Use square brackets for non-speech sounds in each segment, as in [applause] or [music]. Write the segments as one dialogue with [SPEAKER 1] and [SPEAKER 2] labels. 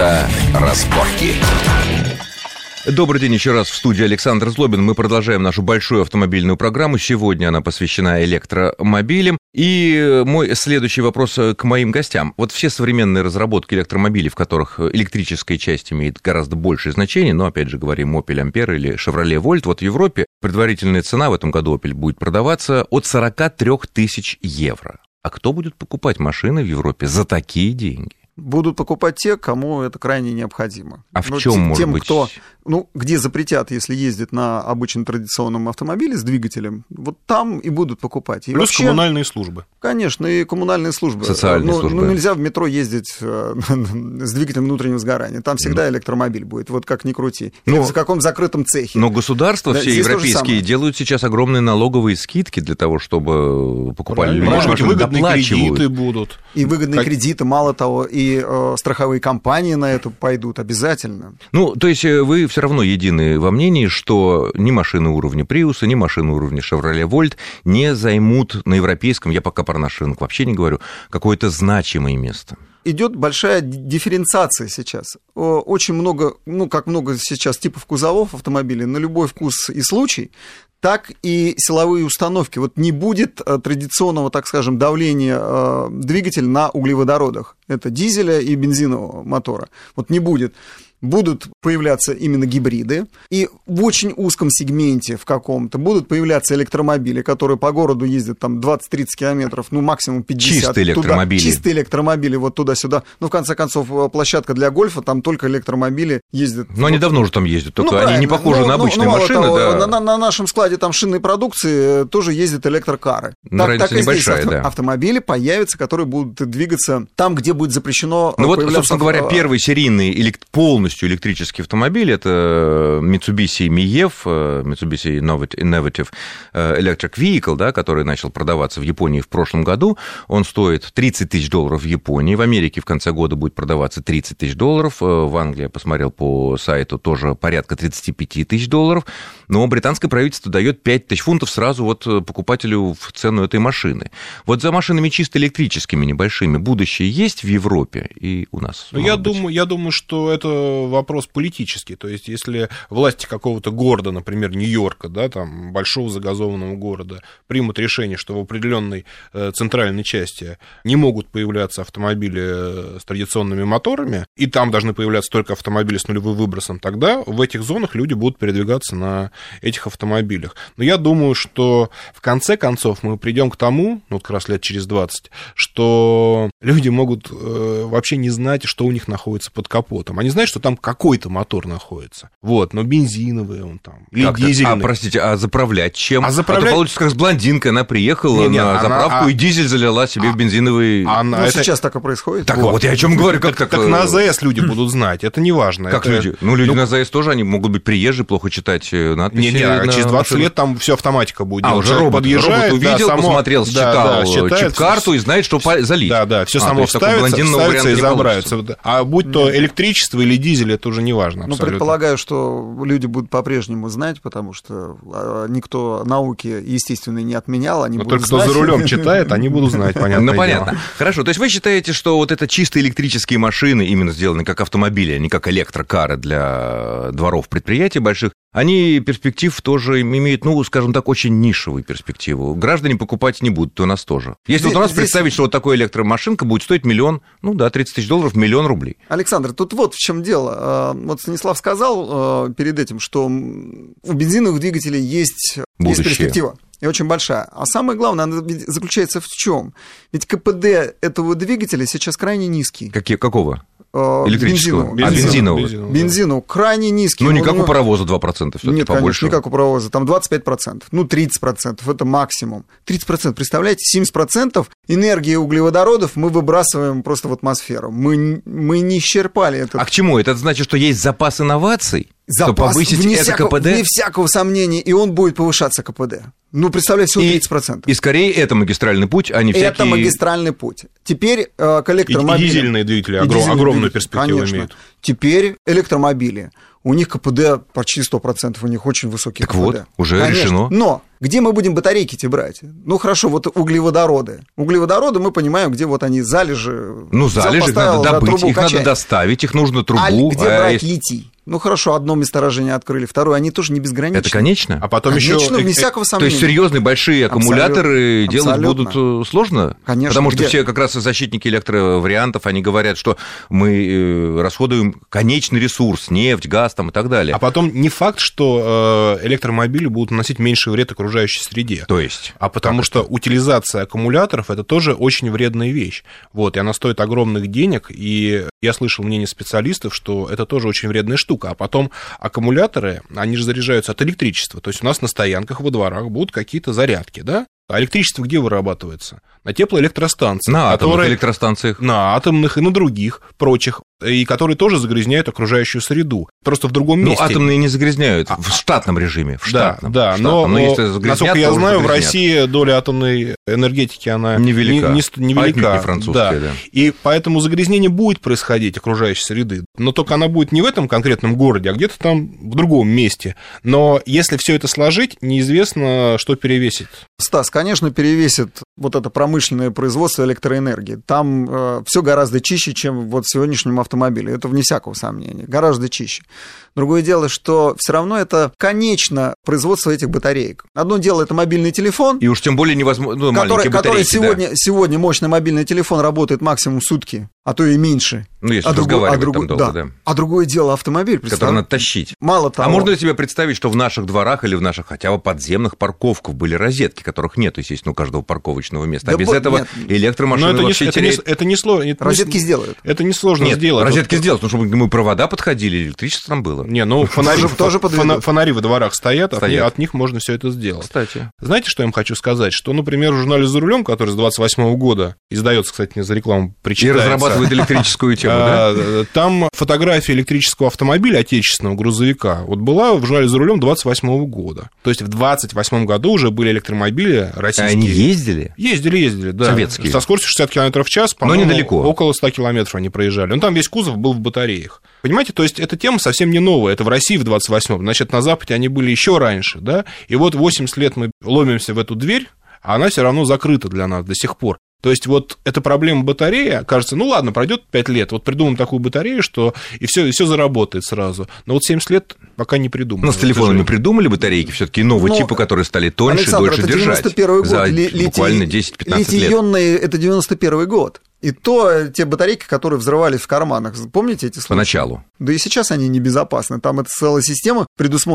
[SPEAKER 1] Авторазборки.
[SPEAKER 2] Добрый день еще раз в студии Александр Злобин. Мы продолжаем нашу большую автомобильную программу. Сегодня она посвящена электромобилям. И мой следующий вопрос э, к моим гостям. Вот все современные разработки электромобилей, в которых электрическая часть имеет гораздо большее значение, но опять же говорим Opel Ampere или Chevrolet Volt, вот в Европе предварительная цена в этом году Opel будет продаваться от 43 тысяч евро. А кто будет покупать машины в Европе за такие деньги?
[SPEAKER 3] будут покупать те, кому это крайне необходимо.
[SPEAKER 2] А в чем
[SPEAKER 3] тем,
[SPEAKER 2] может
[SPEAKER 3] тем,
[SPEAKER 2] быть?
[SPEAKER 3] кто, ну, где запретят, если ездит на обычном традиционном автомобиле с двигателем, вот там и будут покупать. И
[SPEAKER 4] Плюс
[SPEAKER 3] вообще,
[SPEAKER 4] коммунальные службы.
[SPEAKER 3] Конечно, и коммунальные службы.
[SPEAKER 2] Социальные
[SPEAKER 3] ну,
[SPEAKER 2] службы.
[SPEAKER 3] ну, нельзя в метро ездить э, [laughs] с двигателем внутреннего сгорания. Там всегда электромобиль будет, вот как ни крути. Или
[SPEAKER 2] Ну,
[SPEAKER 3] в каком закрытом цехе.
[SPEAKER 2] Но государства
[SPEAKER 3] Да,
[SPEAKER 2] все
[SPEAKER 3] здесь то же
[SPEAKER 2] европейские
[SPEAKER 3] самое.
[SPEAKER 2] делают сейчас огромные налоговые скидки для того, чтобы покупали люди.
[SPEAKER 4] Может быть,
[SPEAKER 2] машины,
[SPEAKER 4] выгодные
[SPEAKER 2] доплачивают.
[SPEAKER 4] кредиты будут.
[SPEAKER 3] и выгодные
[SPEAKER 4] Как-
[SPEAKER 3] кредиты, мало того, и э, страховые компании на это пойдут обязательно.
[SPEAKER 2] Ну, то есть э, вы все равно едины во мнении, что ни машины уровня Prius, ни машины уровня Chevrolet Volt не займут на европейском, я пока про наш рынок вообще не говорю, какое-то значимое место.
[SPEAKER 3] идет большая ди- дифференциация сейчас. О, Очень много, ну, как много сейчас типов кузовов автомобилей, на любой вкус и случай, так и силовые установки. Вот не будет э, традиционного, так скажем, давления э, двигателя на углеводородах. Это дизеля и бензинового мотора. Вот не будет. Будут появляться именно гибриды, и в очень узком сегменте в каком-то будут появляться электромобили, которые по городу ездят там 20-30 километров, ну максимум 50.
[SPEAKER 2] Чистые
[SPEAKER 3] туда.
[SPEAKER 2] электромобили.
[SPEAKER 3] Чистые чистые электромобили вот туда-сюда. Ну, в конце концов, э, площадка для гольфа, там только электромобили ездят.
[SPEAKER 2] Но они давно уже там ездят, только
[SPEAKER 3] Ну,
[SPEAKER 2] они не
[SPEAKER 3] правильно.
[SPEAKER 2] похожи
[SPEAKER 3] Ну,
[SPEAKER 2] на
[SPEAKER 3] ну,
[SPEAKER 2] обычные
[SPEAKER 3] ну, мало
[SPEAKER 2] машины,
[SPEAKER 3] того,
[SPEAKER 2] да.
[SPEAKER 3] на, на- на нашем складе там шинной продукции э, тоже ездят электрокары.
[SPEAKER 2] Ну, разница
[SPEAKER 3] и здесь
[SPEAKER 2] небольшая, да.
[SPEAKER 3] Автомобили появятся, которые будут двигаться там, где будет запрещено. э,
[SPEAKER 2] Ну вот,
[SPEAKER 3] появляться
[SPEAKER 2] собственно говоря,
[SPEAKER 3] авто-
[SPEAKER 2] первый серийный элект- полностью электрический автомобиль это э, Mitsubishi Miev, э, Mitsubishi Innovat- Innovative э, Electric Vehicle, да, который начал продаваться в Японии в прошлом году. Он стоит 30 тысяч долларов в Японии. В Америке в конце года будет продаваться 30 тысяч долларов. Э, В Англии, я посмотрел по сайту, тоже порядка 35 тысяч долларов. Но британское правительство дает 5 тысяч фунтов сразу вот э, покупателю в цену этой машины. Вот за машинами чисто электрическими небольшими будущее есть в Европе и у нас?
[SPEAKER 4] Ну,
[SPEAKER 2] может
[SPEAKER 4] я,
[SPEAKER 2] быть?
[SPEAKER 4] думаю, я думаю, что это вопрос политический. То есть, если власти какого-то города, например, Нью-Йорка, да, там, большого загазованного города, примут решение, что в определенной э, центральной части не могут появляться автомобили э, с традиционными моторами, и там должны появляться только автомобили с нулевым выбросом, тогда в этих зонах люди будут передвигаться на этих автомобилях. Но я думаю, что в конце концов мы придем к тому, ну, вот как раз лет через 20, что люди могут э, вообще не знать, что у них находится под капотом. Они знают, что там какой-то мотор находится. Вот, но бензиновый он там, или
[SPEAKER 2] Как-то.
[SPEAKER 4] дизельный.
[SPEAKER 2] А, простите, а заправлять чем?
[SPEAKER 4] А заправлять-
[SPEAKER 2] то получится, как с блондинкой, она приехала
[SPEAKER 4] Не-не,
[SPEAKER 2] на
[SPEAKER 4] она-
[SPEAKER 2] заправку
[SPEAKER 4] а-
[SPEAKER 2] и дизель залила себе в бензиновый...
[SPEAKER 4] А
[SPEAKER 3] Ну,
[SPEAKER 4] на- это-
[SPEAKER 3] сейчас так и происходит.
[SPEAKER 2] Так вот. я о чем говорю, как так...
[SPEAKER 4] Как
[SPEAKER 2] э,
[SPEAKER 4] на АЗС люди будут знать, это не важно.
[SPEAKER 2] Как
[SPEAKER 4] это-
[SPEAKER 2] люди? Ну, люди
[SPEAKER 4] Ну,
[SPEAKER 2] на ЗАЭС тоже, они могут быть приезжие, плохо читать э, надписи.
[SPEAKER 4] Не, не, а
[SPEAKER 2] на
[SPEAKER 4] через 20
[SPEAKER 2] машинах.
[SPEAKER 4] лет там все автоматика будет.
[SPEAKER 2] А,
[SPEAKER 4] делать.
[SPEAKER 2] уже
[SPEAKER 4] Человек
[SPEAKER 2] робот,
[SPEAKER 4] подъезжает,
[SPEAKER 2] робот
[SPEAKER 4] да,
[SPEAKER 2] увидел,
[SPEAKER 4] само-
[SPEAKER 2] посмотрел,
[SPEAKER 4] да,
[SPEAKER 2] считал э,
[SPEAKER 4] да, считает,
[SPEAKER 2] чип-карту и знает, что по- залить.
[SPEAKER 4] Да, да, все
[SPEAKER 2] А, то
[SPEAKER 4] само
[SPEAKER 2] есть такого
[SPEAKER 4] вставится,
[SPEAKER 2] блондинного
[SPEAKER 4] вставится и
[SPEAKER 2] варианта не получится.
[SPEAKER 4] забрается. Вот. А будь то электричество или дизель, это уже не важно.
[SPEAKER 3] Ну, предполагаю, что люди будут по-прежнему знать, потому что а, никто науки естественной не отменял, они
[SPEAKER 4] Но
[SPEAKER 3] будут
[SPEAKER 4] только кто за
[SPEAKER 3] знать. [laughs]
[SPEAKER 4] рулем читает, они
[SPEAKER 2] [laughs]
[SPEAKER 4] будут знать, понятно.
[SPEAKER 2] Ну, понятно. Хорошо, то есть вы считаете, что вот это чисто электрические машины, именно сделанные как автомобили, а не как электрокары для э, дворов предприятий больших, они перспектив тоже им имеют, ну, скажем так, очень нишевую перспективу. Граждане покупать не будут, и у нас тоже. Если вот у нас
[SPEAKER 3] Здесь-
[SPEAKER 2] представить, что вот такая электромашинка будет стоить миллион, ну да, 30 тысяч долларов, миллион рублей.
[SPEAKER 3] Александр, тут вот в чем дело. Э, Вот Станислав сказал э, перед этим, что м, у бензиновых двигателей есть, есть
[SPEAKER 2] Будущее.
[SPEAKER 3] перспектива. И очень большая. А самое главное, она ведь заключается в чем? Ведь КПД этого двигателя сейчас крайне низкий.
[SPEAKER 2] Какие, какого?
[SPEAKER 3] Э,
[SPEAKER 2] Электрического?
[SPEAKER 3] Бензинового.
[SPEAKER 2] А, бензинового.
[SPEAKER 3] Бензину крайне низкий.
[SPEAKER 2] Ну, не
[SPEAKER 3] Он
[SPEAKER 2] как
[SPEAKER 3] него-
[SPEAKER 2] у паровоза 2%, все-таки
[SPEAKER 3] Нет,
[SPEAKER 2] побольше.
[SPEAKER 3] конечно, не как у паровоза. Там 25%, ну 30%, это максимум. 30%, представляете, 70% энергии углеводородов мы выбрасываем просто в атмосферу. Мы, н- мы не исчерпали этот
[SPEAKER 2] А к чему? Это значит, что есть запас инноваций? Что повысить
[SPEAKER 3] вне
[SPEAKER 2] это
[SPEAKER 3] всякого-
[SPEAKER 2] КПД?
[SPEAKER 3] Вне всякого сомнения, и он будет повышаться КПД. Ну, представляете, всего 30%.
[SPEAKER 2] И скорее это магистральный путь, а не всякие...
[SPEAKER 3] Это магистральный путь. Теперь э, к
[SPEAKER 4] И, и
[SPEAKER 3] электромобилям.
[SPEAKER 4] дизельные двигатели
[SPEAKER 3] И
[SPEAKER 4] огром-
[SPEAKER 3] дизельные
[SPEAKER 4] огромную
[SPEAKER 3] двигатели,
[SPEAKER 4] перспективу
[SPEAKER 3] конечно.
[SPEAKER 4] имеют.
[SPEAKER 3] Теперь электромобили. У них КПД почти 100%, у них очень высокие
[SPEAKER 2] Так
[SPEAKER 3] КПД.
[SPEAKER 2] вот, уже
[SPEAKER 3] Конечно.
[SPEAKER 2] решено.
[SPEAKER 3] Но где мы будем батарейки эти брать? Ну, хорошо, вот углеводороды. Углеводороды мы понимаем, где вот они залежи.
[SPEAKER 2] Ну,
[SPEAKER 3] Взял,
[SPEAKER 2] залежи их надо
[SPEAKER 3] поставил, да,
[SPEAKER 2] добыть,
[SPEAKER 3] трубу
[SPEAKER 2] их надо
[SPEAKER 3] качает.
[SPEAKER 2] доставить, их нужно трубу.
[SPEAKER 3] А где
[SPEAKER 2] а
[SPEAKER 3] брать
[SPEAKER 2] если-
[SPEAKER 3] литий? Ну, хорошо, одно месторождение открыли, второе. Они тоже не безграничны.
[SPEAKER 2] Это конечно? э,
[SPEAKER 4] А потом
[SPEAKER 3] Конечно,
[SPEAKER 4] еще...
[SPEAKER 3] вне всякого
[SPEAKER 2] То
[SPEAKER 3] сомнения.
[SPEAKER 2] есть серьезные большие
[SPEAKER 3] Абсолютно.
[SPEAKER 2] аккумуляторы делать
[SPEAKER 3] Абсолютно.
[SPEAKER 2] будут э, сложно?
[SPEAKER 3] Конечно.
[SPEAKER 2] Потому что
[SPEAKER 3] Где-
[SPEAKER 2] все как раз и защитники электровариантов, они говорят, что мы э, расходуем конечный ресурс, нефть, газ там и так далее.
[SPEAKER 4] А потом не факт, что э, электромобили будут наносить меньше вред окружающей среде.
[SPEAKER 2] То есть...
[SPEAKER 4] А потому что утилизация аккумуляторов это тоже очень вредная вещь. Вот, и она стоит огромных денег, и я слышал мнение специалистов, что это тоже очень вредная штука. А потом аккумуляторы, они же заряжаются от электричества. То есть у нас на стоянках во дворах будут какие-то зарядки, да? А электричество где вырабатывается? На теплоэлектростанции.
[SPEAKER 2] На атомных
[SPEAKER 4] которые-
[SPEAKER 2] электростанциях.
[SPEAKER 4] на атомных и на других прочих, и которые тоже загрязняют окружающую среду. Просто в другом
[SPEAKER 2] Ну,
[SPEAKER 4] месте.
[SPEAKER 2] атомные не загрязняют
[SPEAKER 4] А-
[SPEAKER 2] в штатном режиме. В
[SPEAKER 4] Да,
[SPEAKER 2] штатном.
[SPEAKER 4] да,
[SPEAKER 2] в
[SPEAKER 4] но,
[SPEAKER 2] штатном. если
[SPEAKER 4] о,
[SPEAKER 2] загрязнят,
[SPEAKER 4] насколько я
[SPEAKER 2] то уже
[SPEAKER 4] знаю, в
[SPEAKER 2] загрязнят.
[SPEAKER 4] России доля атомной энергетики, она
[SPEAKER 2] Невелика.
[SPEAKER 4] Не, не, ст- невелика.
[SPEAKER 2] А Отнюдь не французская, да.
[SPEAKER 4] И поэтому загрязнение будет происходить окружающей среды. Но только она будет не в этом конкретном городе, а где-то там в другом месте. Но если все это сложить, неизвестно, что перевесит.
[SPEAKER 3] Стас, конечно, перевесит вот это промышленное производство электроэнергии. Там все гораздо чище, чем вот в сегодняшнем автомобиле. Это вне всякого сомнения. Гораздо чище. Другое дело, что все равно это конечно производство этих батареек. Одно дело это мобильный телефон,
[SPEAKER 2] И уж тем более невозможно... Ну,
[SPEAKER 3] который,
[SPEAKER 2] маленькие
[SPEAKER 3] который
[SPEAKER 2] батарейки, да.
[SPEAKER 3] сегодня, сегодня мощный мобильный телефон работает максимум сутки, а то и меньше.
[SPEAKER 2] Ну, если
[SPEAKER 3] а другое-
[SPEAKER 2] разговаривать
[SPEAKER 3] а
[SPEAKER 2] там
[SPEAKER 3] другое-
[SPEAKER 2] долго,
[SPEAKER 3] да.
[SPEAKER 2] да.
[SPEAKER 3] А другое дело автомобиль.
[SPEAKER 2] Который
[SPEAKER 3] представь.
[SPEAKER 2] надо тащить.
[SPEAKER 3] Мало того.
[SPEAKER 2] А можно ли себе представить, что в наших дворах или в наших хотя бы подземных парковках были розетки, которых нет, естественно, у каждого парковочного места. а
[SPEAKER 3] Да
[SPEAKER 2] без
[SPEAKER 3] бо-
[SPEAKER 2] этого
[SPEAKER 3] нет.
[SPEAKER 2] электромашины
[SPEAKER 4] Но это не,
[SPEAKER 2] вообще
[SPEAKER 4] это, не,
[SPEAKER 2] теряют.
[SPEAKER 4] с- это не сложно. это не с-
[SPEAKER 3] Розетки сделают.
[SPEAKER 4] Это несложно
[SPEAKER 2] Нет,
[SPEAKER 4] сделать.
[SPEAKER 2] розетки
[SPEAKER 4] Вот-
[SPEAKER 2] сделать, потому что мы провода подходили, электричество там было.
[SPEAKER 4] Не, ну
[SPEAKER 3] [laughs]
[SPEAKER 4] фонари,
[SPEAKER 3] Тоже- тоже
[SPEAKER 4] фона-
[SPEAKER 3] подведут.
[SPEAKER 4] фонари во дворах стоят, от них-
[SPEAKER 2] Стоят.
[SPEAKER 4] От, них можно все это сделать.
[SPEAKER 2] Кстати.
[SPEAKER 4] Знаете, что я им хочу сказать? Что, например, в журнале «За рулем», который с 28 года издается, кстати, не за рекламу,
[SPEAKER 2] И
[SPEAKER 4] причитается.
[SPEAKER 2] разрабатывают электрическую тему, да?
[SPEAKER 4] а, э, Там фотография электрического автомобиля отечественного грузовика вот была в журнале «За рулем» 28 года. То есть в 28 году уже были электромобили
[SPEAKER 2] А
[SPEAKER 4] российские.
[SPEAKER 2] Они ездили?
[SPEAKER 4] Ездили, ездили, да.
[SPEAKER 2] Советские.
[SPEAKER 4] Со скоростью 60 км в час,
[SPEAKER 2] Но
[SPEAKER 4] по-моему,
[SPEAKER 2] недалеко.
[SPEAKER 4] около 100 километров они проезжали. Ну, там весь кузов был в батареях. Понимаете, то есть эта тема совсем не новая. Это в России в 28-м. Значит, на Западе они были еще раньше, да. И вот 80 лет мы ломимся в эту дверь, а она все равно закрыта для нас до сих пор. То есть вот эта проблема батареи, кажется, ну ладно, пройдет 5 лет, вот придумаем такую батарею, что и все, и все заработает сразу. Но вот 70 лет пока не придумано.
[SPEAKER 2] Ну, с телефонами придумали батарейки все-таки нового
[SPEAKER 3] Ну,
[SPEAKER 2] типа, которые стали тоньше,
[SPEAKER 3] Александр,
[SPEAKER 2] дольше
[SPEAKER 3] это
[SPEAKER 2] держать.
[SPEAKER 3] 91 год.
[SPEAKER 2] За
[SPEAKER 3] ли- литий-
[SPEAKER 2] буквально 10-15 лет.
[SPEAKER 3] литий-ионные это 91 год. И то э, те батарейки, которые взрывались в карманах, помните эти случаи?
[SPEAKER 2] Поначалу.
[SPEAKER 3] Да и сейчас они небезопасны. Там эта целая система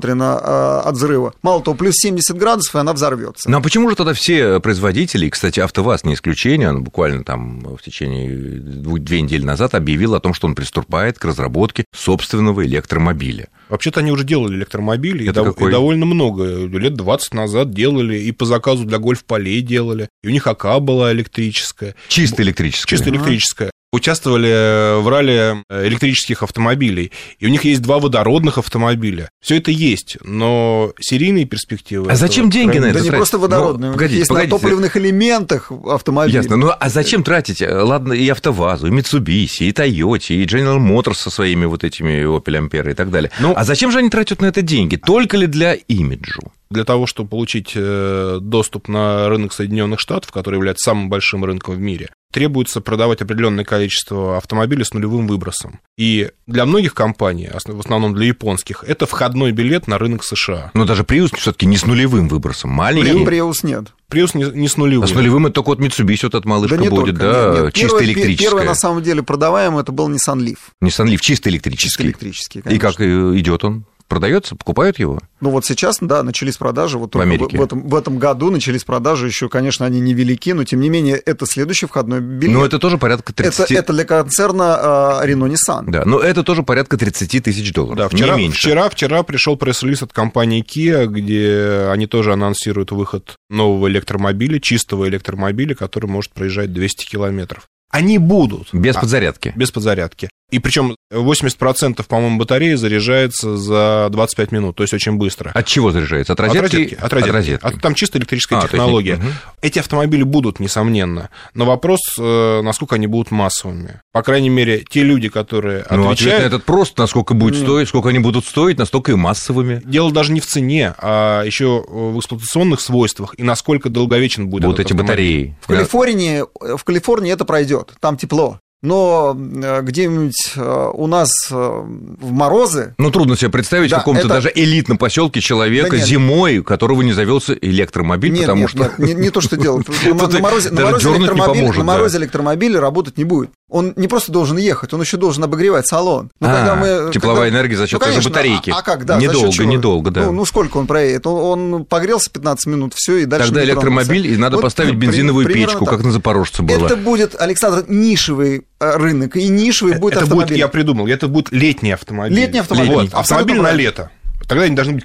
[SPEAKER 3] предусмотрена э, от взрыва. Мало того, плюс 70 градусов, и она взорвется.
[SPEAKER 2] Ну а почему же тогда все производители, и, кстати, АвтоВАЗ не исключение, он буквально там в течение двух, две недели назад объявил о том, что он приступает к разработке собственного электромобиля.
[SPEAKER 4] Вообще-то они уже делали электромобили, и,
[SPEAKER 2] Это
[SPEAKER 4] дов- и
[SPEAKER 2] какой?
[SPEAKER 4] довольно много, лет 20 назад делали, и по заказу для гольф-полей делали, и у них АК была электрическая,
[SPEAKER 2] Чисто электрический.
[SPEAKER 4] чисто
[SPEAKER 3] Ага.
[SPEAKER 4] электрическая. Участвовали в ралли э, электрических автомобилей, и у них есть два водородных автомобиля. Все это есть, но серийные перспективы...
[SPEAKER 2] А зачем
[SPEAKER 4] этого
[SPEAKER 2] деньги на
[SPEAKER 4] крайне-
[SPEAKER 2] это
[SPEAKER 3] да не
[SPEAKER 2] тратить.
[SPEAKER 3] просто
[SPEAKER 2] Ну,
[SPEAKER 3] водородные. у них
[SPEAKER 2] погодите,
[SPEAKER 3] есть
[SPEAKER 2] погодите.
[SPEAKER 3] на топливных элементах автомобиль.
[SPEAKER 2] Ясно. Ну а зачем тратить? э, Ладно, и АвтоВАЗу, и Mitsubishi, и Toyota, и General Motors со своими вот этими Opel Ampera и так далее.
[SPEAKER 4] Ну-
[SPEAKER 2] а зачем же они тратят на это деньги? Только ли для имиджу?
[SPEAKER 4] Для того, чтобы получить э, доступ на рынок Соединенных Штатов, который является самым большим рынком в мире, требуется продавать определенное количество автомобилей с нулевым выбросом. И для многих компаний, основ- в основном для японских, это входной билет на рынок США.
[SPEAKER 2] Но Ну, даже Prius все-таки не с нулевым выбросом, маленький.
[SPEAKER 3] Нет, Prius нет.
[SPEAKER 4] Приус не, не с
[SPEAKER 2] А
[SPEAKER 4] нулевым.
[SPEAKER 2] с нулевым это только вот Mitsubishi вот эта малышка
[SPEAKER 3] да не
[SPEAKER 2] будет,
[SPEAKER 3] только,
[SPEAKER 2] да,
[SPEAKER 3] нет, нет.
[SPEAKER 2] чисто
[SPEAKER 3] Первый- пе-
[SPEAKER 2] электрическая.
[SPEAKER 3] Первый, на самом деле, продаваемый, это был Nissan Leaf.
[SPEAKER 2] Nissan Leaf чисто
[SPEAKER 3] Чисто
[SPEAKER 2] электрический.
[SPEAKER 3] электрический,
[SPEAKER 2] и
[SPEAKER 3] конечно.
[SPEAKER 2] как э, идет он? Продается, покупают его?
[SPEAKER 3] Ну вот сейчас, да, начались продажи. Вот только
[SPEAKER 2] Америке.
[SPEAKER 3] В, в этом, в этом году начались продажи. Еще, конечно, они невелики, но тем не менее, это следующий входной билет.
[SPEAKER 2] Ну, это тоже порядка 30...
[SPEAKER 3] это, это для концерна Рено Nissan.
[SPEAKER 2] Да, но это тоже порядка 30 тысяч долларов,
[SPEAKER 4] Да, вчера,
[SPEAKER 2] не меньше.
[SPEAKER 4] вчера, вчера пришел пресс-релиз от компании Kia, где они тоже анонсируют выход нового электромобиля, чистого электромобиля, который может проезжать 200 километров. Они будут.
[SPEAKER 2] Без
[SPEAKER 4] А,
[SPEAKER 2] подзарядки.
[SPEAKER 4] без подзарядки. И причем 80%, по-моему, батареи заряжается за 25 минут, то есть очень быстро.
[SPEAKER 2] От чего заряжается? От
[SPEAKER 4] От
[SPEAKER 2] розетки?
[SPEAKER 4] розетки, от розетки. От- там чисто электрическая
[SPEAKER 2] А, то есть не-
[SPEAKER 4] технология.
[SPEAKER 2] мгм.
[SPEAKER 4] Эти автомобили будут, несомненно. Но вопрос, э, насколько они будут массовыми. По крайней мере, те люди, которые
[SPEAKER 2] Ну, ответ на
[SPEAKER 4] отвечают...
[SPEAKER 2] этот просто, насколько будет
[SPEAKER 4] Ну.
[SPEAKER 2] стоить, сколько они будут стоить, настолько и массовыми.
[SPEAKER 4] Дело даже не в цене, а еще в эксплуатационных свойствах и насколько долговечен будет
[SPEAKER 2] Будут эти
[SPEAKER 4] этот автомобиль.
[SPEAKER 2] батареи.
[SPEAKER 3] В Калифорнии, в Калифорнии это пройдет, там тепло. Но э, где-нибудь э, у нас э, в морозы
[SPEAKER 2] Ну, трудно себе представить,
[SPEAKER 3] Да,
[SPEAKER 2] в каком-то
[SPEAKER 3] это-
[SPEAKER 2] даже элитном поселке человека
[SPEAKER 3] Да нет.
[SPEAKER 2] зимой, у которого не завелся электромобиль,
[SPEAKER 3] Нет,
[SPEAKER 2] потому
[SPEAKER 3] нет,
[SPEAKER 2] что...
[SPEAKER 3] нет, не, не то, что
[SPEAKER 2] [laughs]
[SPEAKER 3] дело. На,
[SPEAKER 2] Тут
[SPEAKER 3] на морозе, на
[SPEAKER 2] даже дёрнуть
[SPEAKER 3] морозе
[SPEAKER 2] не
[SPEAKER 3] электромобиль,
[SPEAKER 2] поможет,
[SPEAKER 3] на
[SPEAKER 2] да.
[SPEAKER 3] морозе электромобиль работать не будет. Он не просто должен ехать, он еще должен обогревать салон. Ну,
[SPEAKER 2] А,
[SPEAKER 3] когда мы-
[SPEAKER 2] тепловая
[SPEAKER 3] когда-
[SPEAKER 2] энергия за счет
[SPEAKER 3] Ну,
[SPEAKER 2] той же
[SPEAKER 3] конечно,
[SPEAKER 2] батарейки.
[SPEAKER 3] А, а как, да? за счет
[SPEAKER 2] Недолго,
[SPEAKER 3] чего?
[SPEAKER 2] недолго, да.
[SPEAKER 3] Ну, ну, сколько он проедет? Он, он погрелся 15 минут, все, и дальше
[SPEAKER 2] Тогда
[SPEAKER 3] не тронулся.
[SPEAKER 2] электромобиль, и надо
[SPEAKER 3] Вот
[SPEAKER 2] поставить
[SPEAKER 3] при-
[SPEAKER 2] бензиновую
[SPEAKER 3] примерно
[SPEAKER 2] печку,
[SPEAKER 3] так.
[SPEAKER 2] как на Запорожце было.
[SPEAKER 3] Это будет, Александр, нишевый э, рынок, и нишевый
[SPEAKER 2] Э,
[SPEAKER 3] будет
[SPEAKER 4] это
[SPEAKER 3] автомобиль.
[SPEAKER 4] будет, я придумал, это будет летний автомобиль.
[SPEAKER 3] Летний автомобиль.
[SPEAKER 4] Вот,
[SPEAKER 3] Летний. Абсолютно
[SPEAKER 4] автомобиль на
[SPEAKER 3] правильно.
[SPEAKER 4] лето. Тогда они должны быть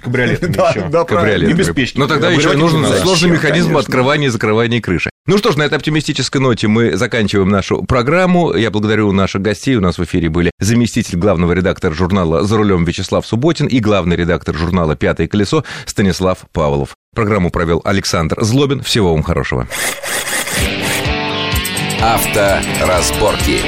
[SPEAKER 3] [laughs]
[SPEAKER 4] кабриолетами
[SPEAKER 3] Да,
[SPEAKER 4] еще.
[SPEAKER 3] да, правильно.
[SPEAKER 2] кабриолет.
[SPEAKER 4] Не беспечки.
[SPEAKER 2] Но тогда еще и
[SPEAKER 4] Обратите
[SPEAKER 2] нужен
[SPEAKER 4] внимание.
[SPEAKER 2] сложный
[SPEAKER 3] Зачем,
[SPEAKER 2] механизм
[SPEAKER 3] конечно.
[SPEAKER 2] открывания и закрывания крыши. Ну что ж, на этой оптимистической ноте мы заканчиваем нашу программу. Я благодарю наших гостей. У нас в эфире были заместитель главного редактора журнала «За рулем» Вячеслав Субботин и главный редактор журнала «Пятое колесо» Станислав Павлов. Программу провел Александр Злобин. Всего вам хорошего.
[SPEAKER 1] Авторазборки.